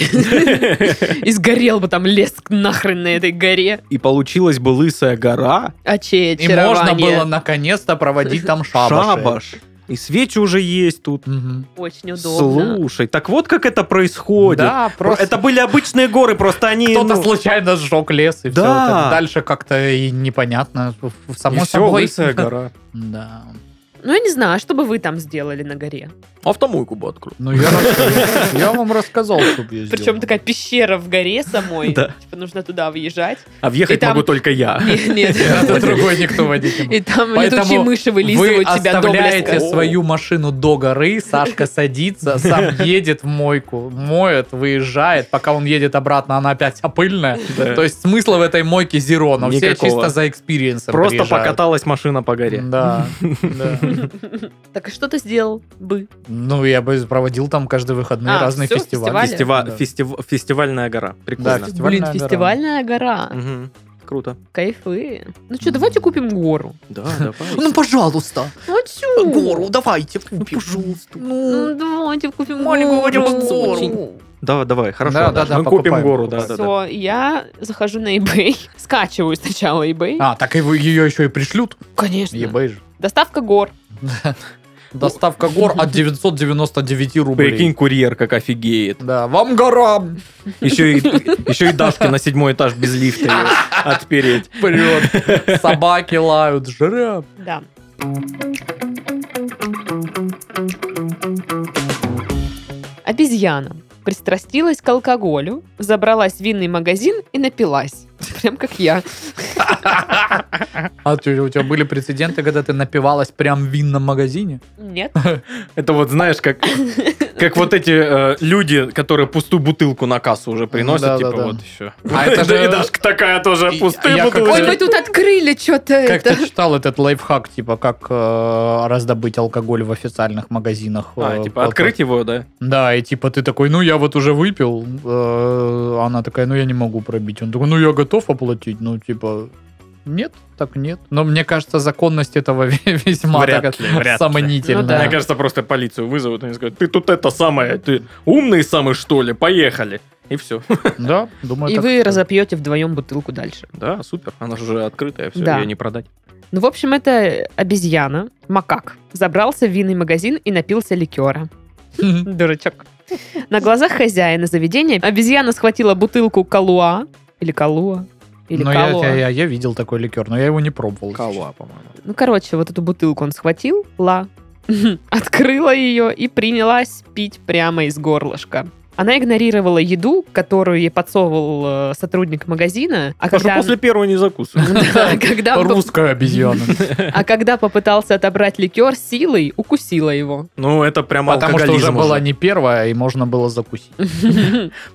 И сгорел бы там лес нахрен на этой горе.
[laughs] И получилась бы лысая гора,
А чей
И можно
очарование.
было наконец-то проводить там шабаши.
шабаш. И свечи уже есть тут.
Мгм.
Очень удобно.
Слушай, так вот как это происходит.
Да,
Про-
просто
Это были обычные горы, просто они...
кто-то
ну,
случайно сжег лес, и
Да.
все. Дальше как-то и непонятно. В- в- Само
и все,
собой.
лысая
[laughs]
гора.
Да.
Ну, я не знаю, что бы вы там сделали на горе?
Автомойку бы открыл.
Ну, я, рас- я вам рассказал, что бы я
Причем
сделал.
такая пещера в горе самой.
Да.
Типа нужно туда въезжать. [laughs]
А въехать
И там-
могу только
[laughs]
я.
Не- Нет,
Это другой никто водить не
И там
Поэтому
летучие мыши
Вы
вылизывают тебя до
оставляете
блеска.
О.
свою машину до горы, Сашка
[laughs]
садится, сам едет в мойку, моет, выезжает, пока он едет обратно, она опять опыльная.
Да.
То есть смысла в этой мойке зеро, но все
Никакого.
чисто за
[laughs]
экспириенсом
Просто
приезжают.
покаталась машина по горе.
Да, да.
Так и что ты сделал бы?
[laughs] Ну, я бы проводил там каждый выходные
А,
разные
всё,
фестивали.
фестивали?
Фестива-
Да.
фестив- Фестивальная гора. Прикольно.
Да,
Блин,
Фестивальная гора.
фестивальная гора.
Мгм. Круто.
Кайфы. Ну что, давайте купим гору.
Да,
[laughs]
давай.
Ну, пожалуйста,
Ну отсюда.
гору давайте купим.
пожалуйста.
Ну,
Ну давайте купим
Маленькую гору.
гору.
Да, давай, хорошо.
Да, да,
Даша,
да,
Мы купим
покупаем,
гору, да, да,
Все,
да.
я захожу на eBay, [laughs] скачиваю сначала eBay.
А, так и вы ее еще и пришлют.
Конечно.
Ебей же.
Доставка гор.
Доставка гор от 999
Прикинь,
рублей.
курьер как офигеет.
Да, вам гора
Еще и, еще и Дашке на седьмой этаж без лифта её отпереть.
вперед. Собаки лают, жря.
Да. Обезьяна пристрастилась к алкоголю, забралась в винный магазин и напилась. Прям как я.
А ты- у тебя были прецеденты, когда ты напивалась прям в винном магазине?
Нет.
Это вот, знаешь, как, как вот эти э, люди, которые пустую бутылку на кассу уже приносят,
Да, да,
типа
да.
вот еще.
А это
Да
же-
и Дашка такая тоже,
И-
пустые
я как-
бутылки.
Ой, вы тут открыли что-то
Как
это.
ты читал этот лайфхак, типа, как э, раздобыть алкоголь в официальных магазинах?
А,
э,
типа,
по-
открыть его, да?
Да, и типа ты такой, ну я вот уже выпил. э, Она такая, ну я не могу пробить. Он такой, ну я готов оплатить. Ну типа, нет, так нет. Но мне кажется, законность этого [laughs] ве- весьма
Вряд
так
ли, вряд ли.
сомнительна.
Ну да.
Мне кажется, просто полицию вызовут, и они скажут, ты тут это самое, ты умный самый, что ли, поехали. И все.
Да, думаю,
И
так
вы
что-
разопьете вдвоем бутылку дальше.
Да, супер, она же уже открытая, все,
Да.
ее не продать.
Ну, в общем, это обезьяна, макак, забрался в винный магазин и напился ликера. Дурачок. На глазах хозяина заведения обезьяна схватила бутылку калуа или калуа, или
Но я,
калуа.
я- я видел такой ликер, но я его не пробовал.
Кала, по-моему.
А
Ну, короче, вот эту бутылку он [laughs] схватил, ла, открыла ее и принялась пить прямо из горлышка. Она игнорировала еду, которую ей подсовывал э, сотрудник магазина. А
Хорошо,
когда,
после первого не закусывай.
[laughs] Да, когда он поп-
[laughs]
Русская обезьяна.
а когда попытался отобрать ликер силой, укусила его.
Ну, это прям
Потому что уже
алкоголизм.
была
уже.
не первая, и можно было закусить.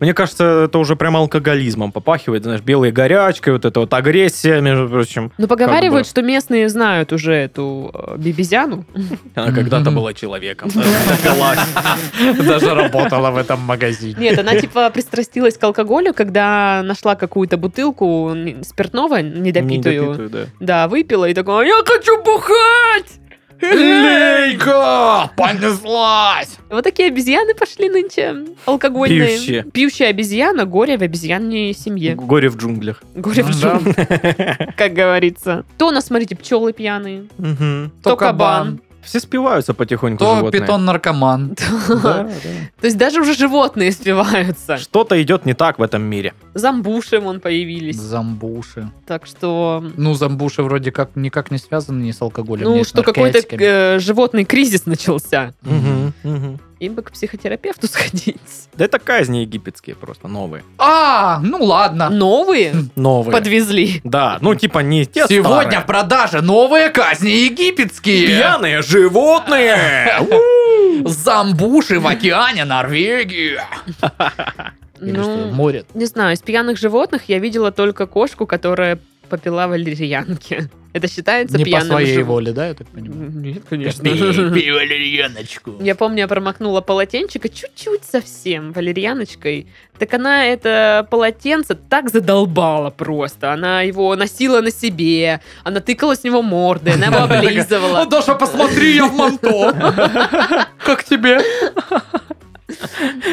Мне кажется, это уже прям алкоголизмом попахивает, знаешь, белой горячкой, вот эта вот агрессия, между прочим.
Но поговаривают, что местные знают уже эту э, бибизяну.
Она когда-то
Мгм.
была человеком. Напилась.
Даже работала в этом магазине.
Нет, она типа пристрастилась к алкоголю, когда нашла какую-то бутылку н- спиртного недопитую.
Недопитую, да.
Да, выпила и такая, я хочу бухать!
Лейка! Понеслась!
Вот такие обезьяны пошли нынче, алкогольные.
Пьющие.
Пьющая обезьяна, горе в обезьянной семье.
Горе в джунглях.
Горе в
Да.
джунглях, [laughs] как говорится. То у нас, смотрите, пчелы пьяные,
Мгм.
то
То
кабан.
кабан.
Все спиваются потихоньку
То
животные.
питон-наркоман.
Да,
То есть даже уже животные
да.
спиваются.
Что-то идет не так в этом мире.
Замбуши вон появились.
Замбуши.
Так что...
Ну, замбуши вроде как никак не связаны ни с алкоголем, ни
Ну,
с
что какой-то
наркотиками.
э, животный кризис начался.
Мгм, мгм.
Им бы к психотерапевту [laughs] сходить.
Да это казни египетские просто, новые.
А, ну ладно.
Новые
Новые.
подвезли.
Да, ну типа не те
Сегодня
старые.
в продаже новые казни египетские.
Пьяные животные! [laughs]
Замбуши в океане Норвегии. Или что,
Ну,
море.
не знаю, из пьяных животных я видела только кошку, которая попила валерьянки. Это считается
Не по
пьяным
своей
животным?
воле, да, я так понимаю?
Нет,
Пей,
конечно.
пей валерьяночку.
Я помню, я промокнула полотенчика чуть-чуть совсем валерьяночкой. Так она это полотенце так задолбала просто. Она его носила на себе, она тыкала с него мордой,
[laughs]
она его
О,
облизывала.
Даша, посмотри, я в
[laughs]
манто. Как тебе?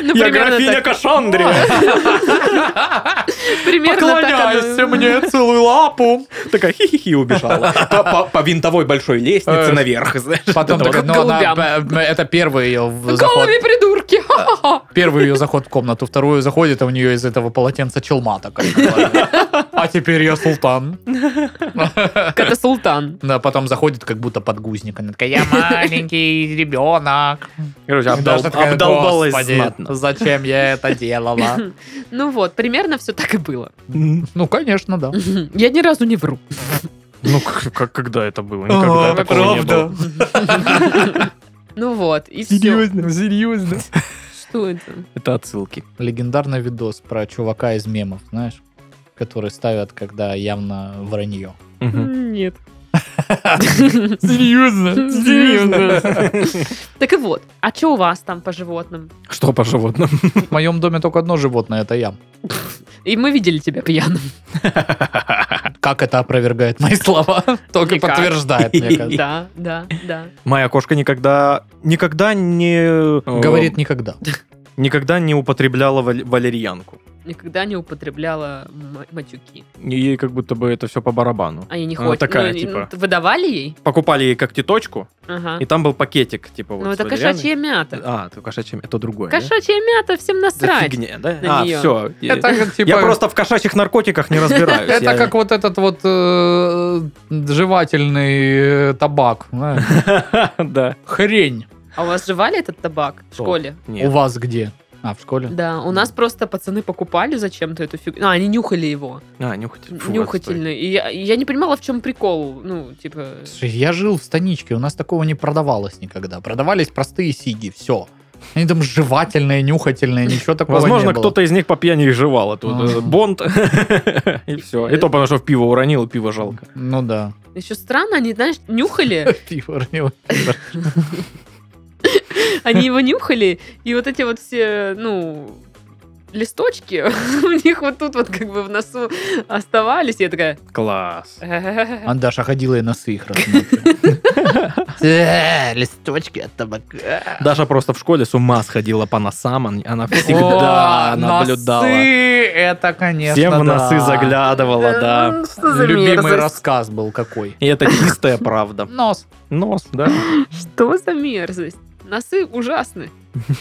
Ну,
Я
примерно
графиня
так.
Кашандрия.
Примерно так оно-
Поклоняйся мне, целую лапу.
Такая хи-хи-хи убежала. По- По по винтовой большой лестнице
Э,
наверх, знаешь.
Потом
вот
такая,
вот
ну, она, Ну,
голубям.
э, э, это первый ее в- заход.
Голуби придурки! ха-ха-ха. [laughs]
Первый ее заход в комнату, вторую заходит, а у нее из этого полотенца челма такая. А теперь я султан.
Это султан.
Да, потом заходит как будто подгузник. Она [laughs] такая, я маленький ребенок.
это. Короче,
И
обдол-
Даша такая,
обдолбалась
«Господи,
знатно.
Зачем я это [laughs] делала?
Ну вот, примерно все так и было. [laughs]
Мгм.
Ну, конечно, да.
Я ни разу не вру.
Ну, к- как- когда это было? Ну, Никогда
А,
такого не
правда.
было.
Ну вот, и все.
Серьезно, серьезно.
Что это?
Это отсылки.
[laughs] Легендарный видос про чувака из мемов, знаешь? который ставят, когда явно вранье.
Мгм.
Нет.
[laughs] Серьезно?
Так и вот, а что у вас там по животным?
Что по животным?
В моем доме только одно животное, это я.
И мы видели тебя пьяным.
Как это опровергает мои слова? [laughs] Только
Никак.
подтверждает,
[laughs]
мне кажется.
Да, да, да.
Моя кошка никогда, никогда не... э,
Говорит никогда.
Никогда не употребляла вал- валерьянку.
Никогда не употребляла м- матюки.
Ей как будто бы это все по барабану.
А я не
Она
хочу.
такая, типа.
Выдавали ей?
Покупали ей когтеточку,
Ага.
и там был пакетик, типа вот
Ну
с
это
валерьяной.
кошачья мята.
А, это кошачья, это другое. да?
Кошачья мята, всем
Это
насрать.
фигня, да?
на
а,
неё.
все.
Это как,
[laughs]
типа,
Я просто в кошачьих наркотиках не разбираюсь.
это
Я-
как вот этот вот э, жевательный э, табак.
[laughs]
знаешь.
Да.
Хрень.
А у вас жевали этот табак в
Что?
школе?
У вас где? А, в школе?
Да, у нас просто пацаны покупали зачем-то эту фигню. А, они нюхали его.
А, нюхатель. Фу, отстой.
Нюхательный. И я, и я не понимала, в чем прикол. Ну, типа...
Слушай, я жил в станичке, у нас такого не продавалось никогда. Продавались простые сиги, все. Они там жевательные, нюхательные, ничего [laughs] такого
Возможно,
не было.
кто-то из них по пьяни и жевал этот вот
Ага.
этот бонд. [laughs] И все. И то, потому что в пиво уронил, и пиво жалко. [laughs]
Ну да.
Еще странно, они, знаешь, нюхали,
Пиво ранило.
они его нюхали, и вот эти вот все, ну, листочки [laughs] у них вот тут вот как бы в носу оставались. Я такая...
Класс.
«Э-э-э».
Андаша а ходила и носы их рассматривала. [laughs] Э, Листочки от табака.
Даша просто в школе с ума сходила по носам. он- Она всегда
О,
наблюдала.
Носы, это, конечно,
Всем в
да.
носы заглядывала, да.
Ну, Что за
Любимый
мерзость?
рассказ был какой.
И это чистая правда.
Нос.
Нос, да.
Что за мерзость? носы ужасны.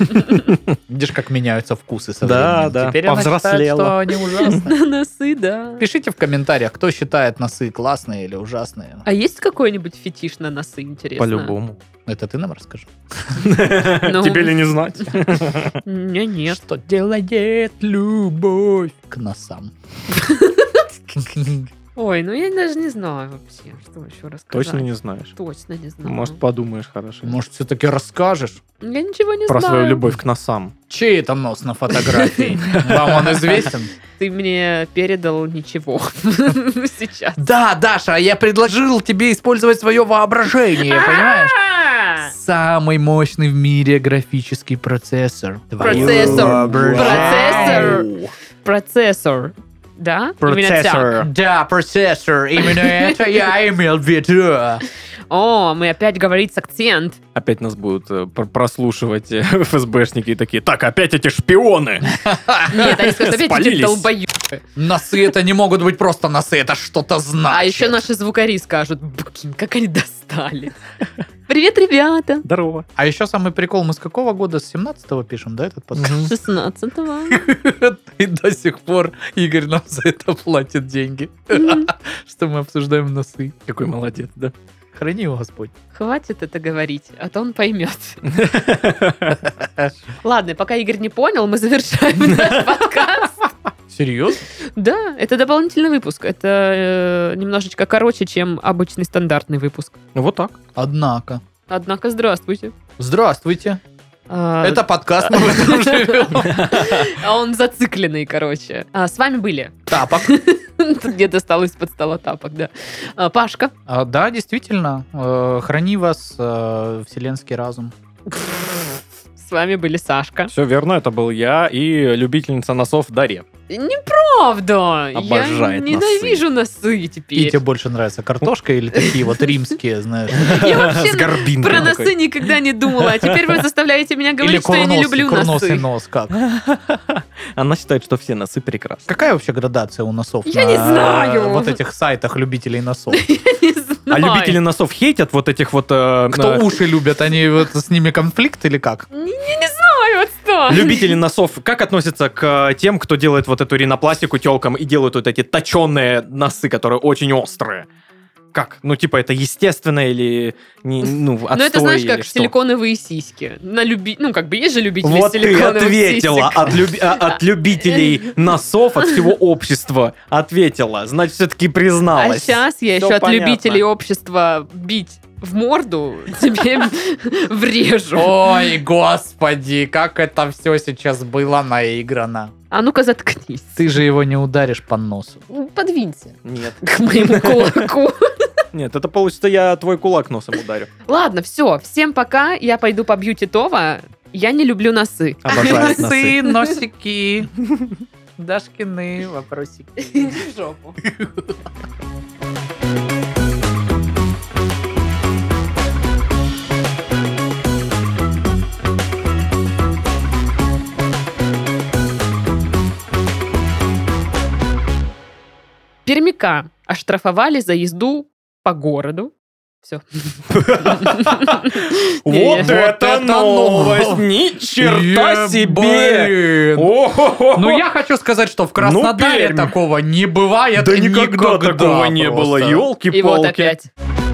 [laughs]
Видишь, как меняются вкусы со
Да,
временем.
да,
Теперь она считает,
повзрослела.
что они ужасные.
Носы, да.
Пишите в комментариях, кто считает носы классные или ужасные.
А есть какой-нибудь фетиш на носы, интересно?
По-любому.
Это ты нам расскажи. Ну,
Тебе ли не
[laughs]
знать?
Не, нет.
Что делает любовь к носам?
Ой, ну я даже не знаю вообще, что еще рассказать.
Точно не знаешь.
Точно не знаю.
Может, подумаешь хорошо.
[laughs] Может, все-таки расскажешь?
Я ничего не
Про
знаю.
свою любовь к носам.
Чей это нос на [laughs] фотографии? Вам он известен?
Ты мне передал ничего [laughs] сейчас.
Да, Даша, я предложил тебе использовать свое воображение, [laughs] понимаешь?
А!
Самый мощный в мире графический процессор. Твоё
Процессор.
воображение.
Процессор. Да? Именно так.
Процессор.
Да, процессор. [laughs] Именно это я имел в виду.
О, мы опять говорить с акцент.
[laughs] Опять нас будут э, пр- прослушивать э, [laughs] ФСБшники и такие, так, опять эти шпионы!
Нет, они скажут, опять эти
Спалились.
долбоебы.
Носы это не могут быть просто носы, это что-то значит.
А еще наши звукари скажут, блин, как они достали. Привет, ребята.
[laughs] Здорово.
А еще самый прикол, мы с какого года? С 17-го пишем, да, этот [laughs] подкаст?
16-го.
И до сих пор Игорь нам за это платит деньги, [laughs] что мы обсуждаем носы.
Какой молодец, да?
Храни его Господь.
Хватит это говорить, а то он
[laughs]
поймет. Ладно, пока Игорь не понял, мы завершаем [laughs] наш подкаст.
Серьезно?
Да, это дополнительный выпуск. Это э, немножечко короче, чем обычный стандартный выпуск.
Ну, Вот так.
Однако.
Однако, здравствуйте.
Здравствуйте.
А,
Это подкаст, мы в [laughs] этом живем.
а он зацикленный, короче. А, с вами были. [laughs]
Тапок.
Тут Где достал из-под стола тапок, да. А, Пашка.
А, Да, действительно. э, Храни вас э, вселенский разум.
С вами были Сашка.
Все верно, это был я и любительница носов Дарья.
Неправда!
Обожает
Я ненавижу носы, теперь.
И тебе больше нравится картошка или такие вот римские, знаешь?
[laughs]
Я [laughs] вообще
С горбинкой.
про
такой.
носы никогда не думала, а теперь вы заставляете меня
Или
говорить, что я не
курносый-
люблю
курносый
носы.
нос как?
Она считает, что все носы прекрасны.
Какая вообще градация у носов?
Я
на э,
не знаю.
Вот этих сайтах любителей [laughs] носов.
[laughs] Я не знаю.
А любители носов хейтят вот этих вот... э,
Кто
э,
уши любят, они вот с ними конфликт или как?
Не, не- не знаю, отстань.
Любители носов, как относятся к э, тем, кто делает вот эту ринопластику телкам и делают вот эти точеные носы, которые очень острые? Как? Ну, типа, это естественно или не, ну,
Ну, это знаешь,
отстой или
как
что?
силиконовые сиськи. На люби... Ну, как бы есть же любители
Вот ты
силиконовых
ответила
сисек.
от, люби- а,
[laughs]
от любителей носов, от всего общества. Ответила. Значит, все-таки
А
призналась.
сейчас я
Всё
еще от
понятно.
любителей общества бить в морду [laughs] тебе врежу.
Ой, господи, как это все сейчас было наиграно.
А ну-ка заткнись.
Ты же его не ударишь по носу.
Подвинься
Нет.
к
[laughs]
моему кулаку.
Нет, это получится, я твой кулак носом
[laughs]
ударю.
Ладно, все. Всем пока. Я пойду побью Титова. Я не люблю носы. [laughs]
Обожаю носы.
носики. Дашкины вопросики.
Иди в жопу. Пермяка оштрафовали за езду по городу. Все.
Вот
Вот
это
это
новость!
новость!
Ни черта себе! О-хо-хо-хо!
Ну, я хочу сказать, что в
Ну,
Краснодаре
Пермь.
такого не бывает.
Да никогда такого не было,
просто.
И вот
елки-палки.
опять.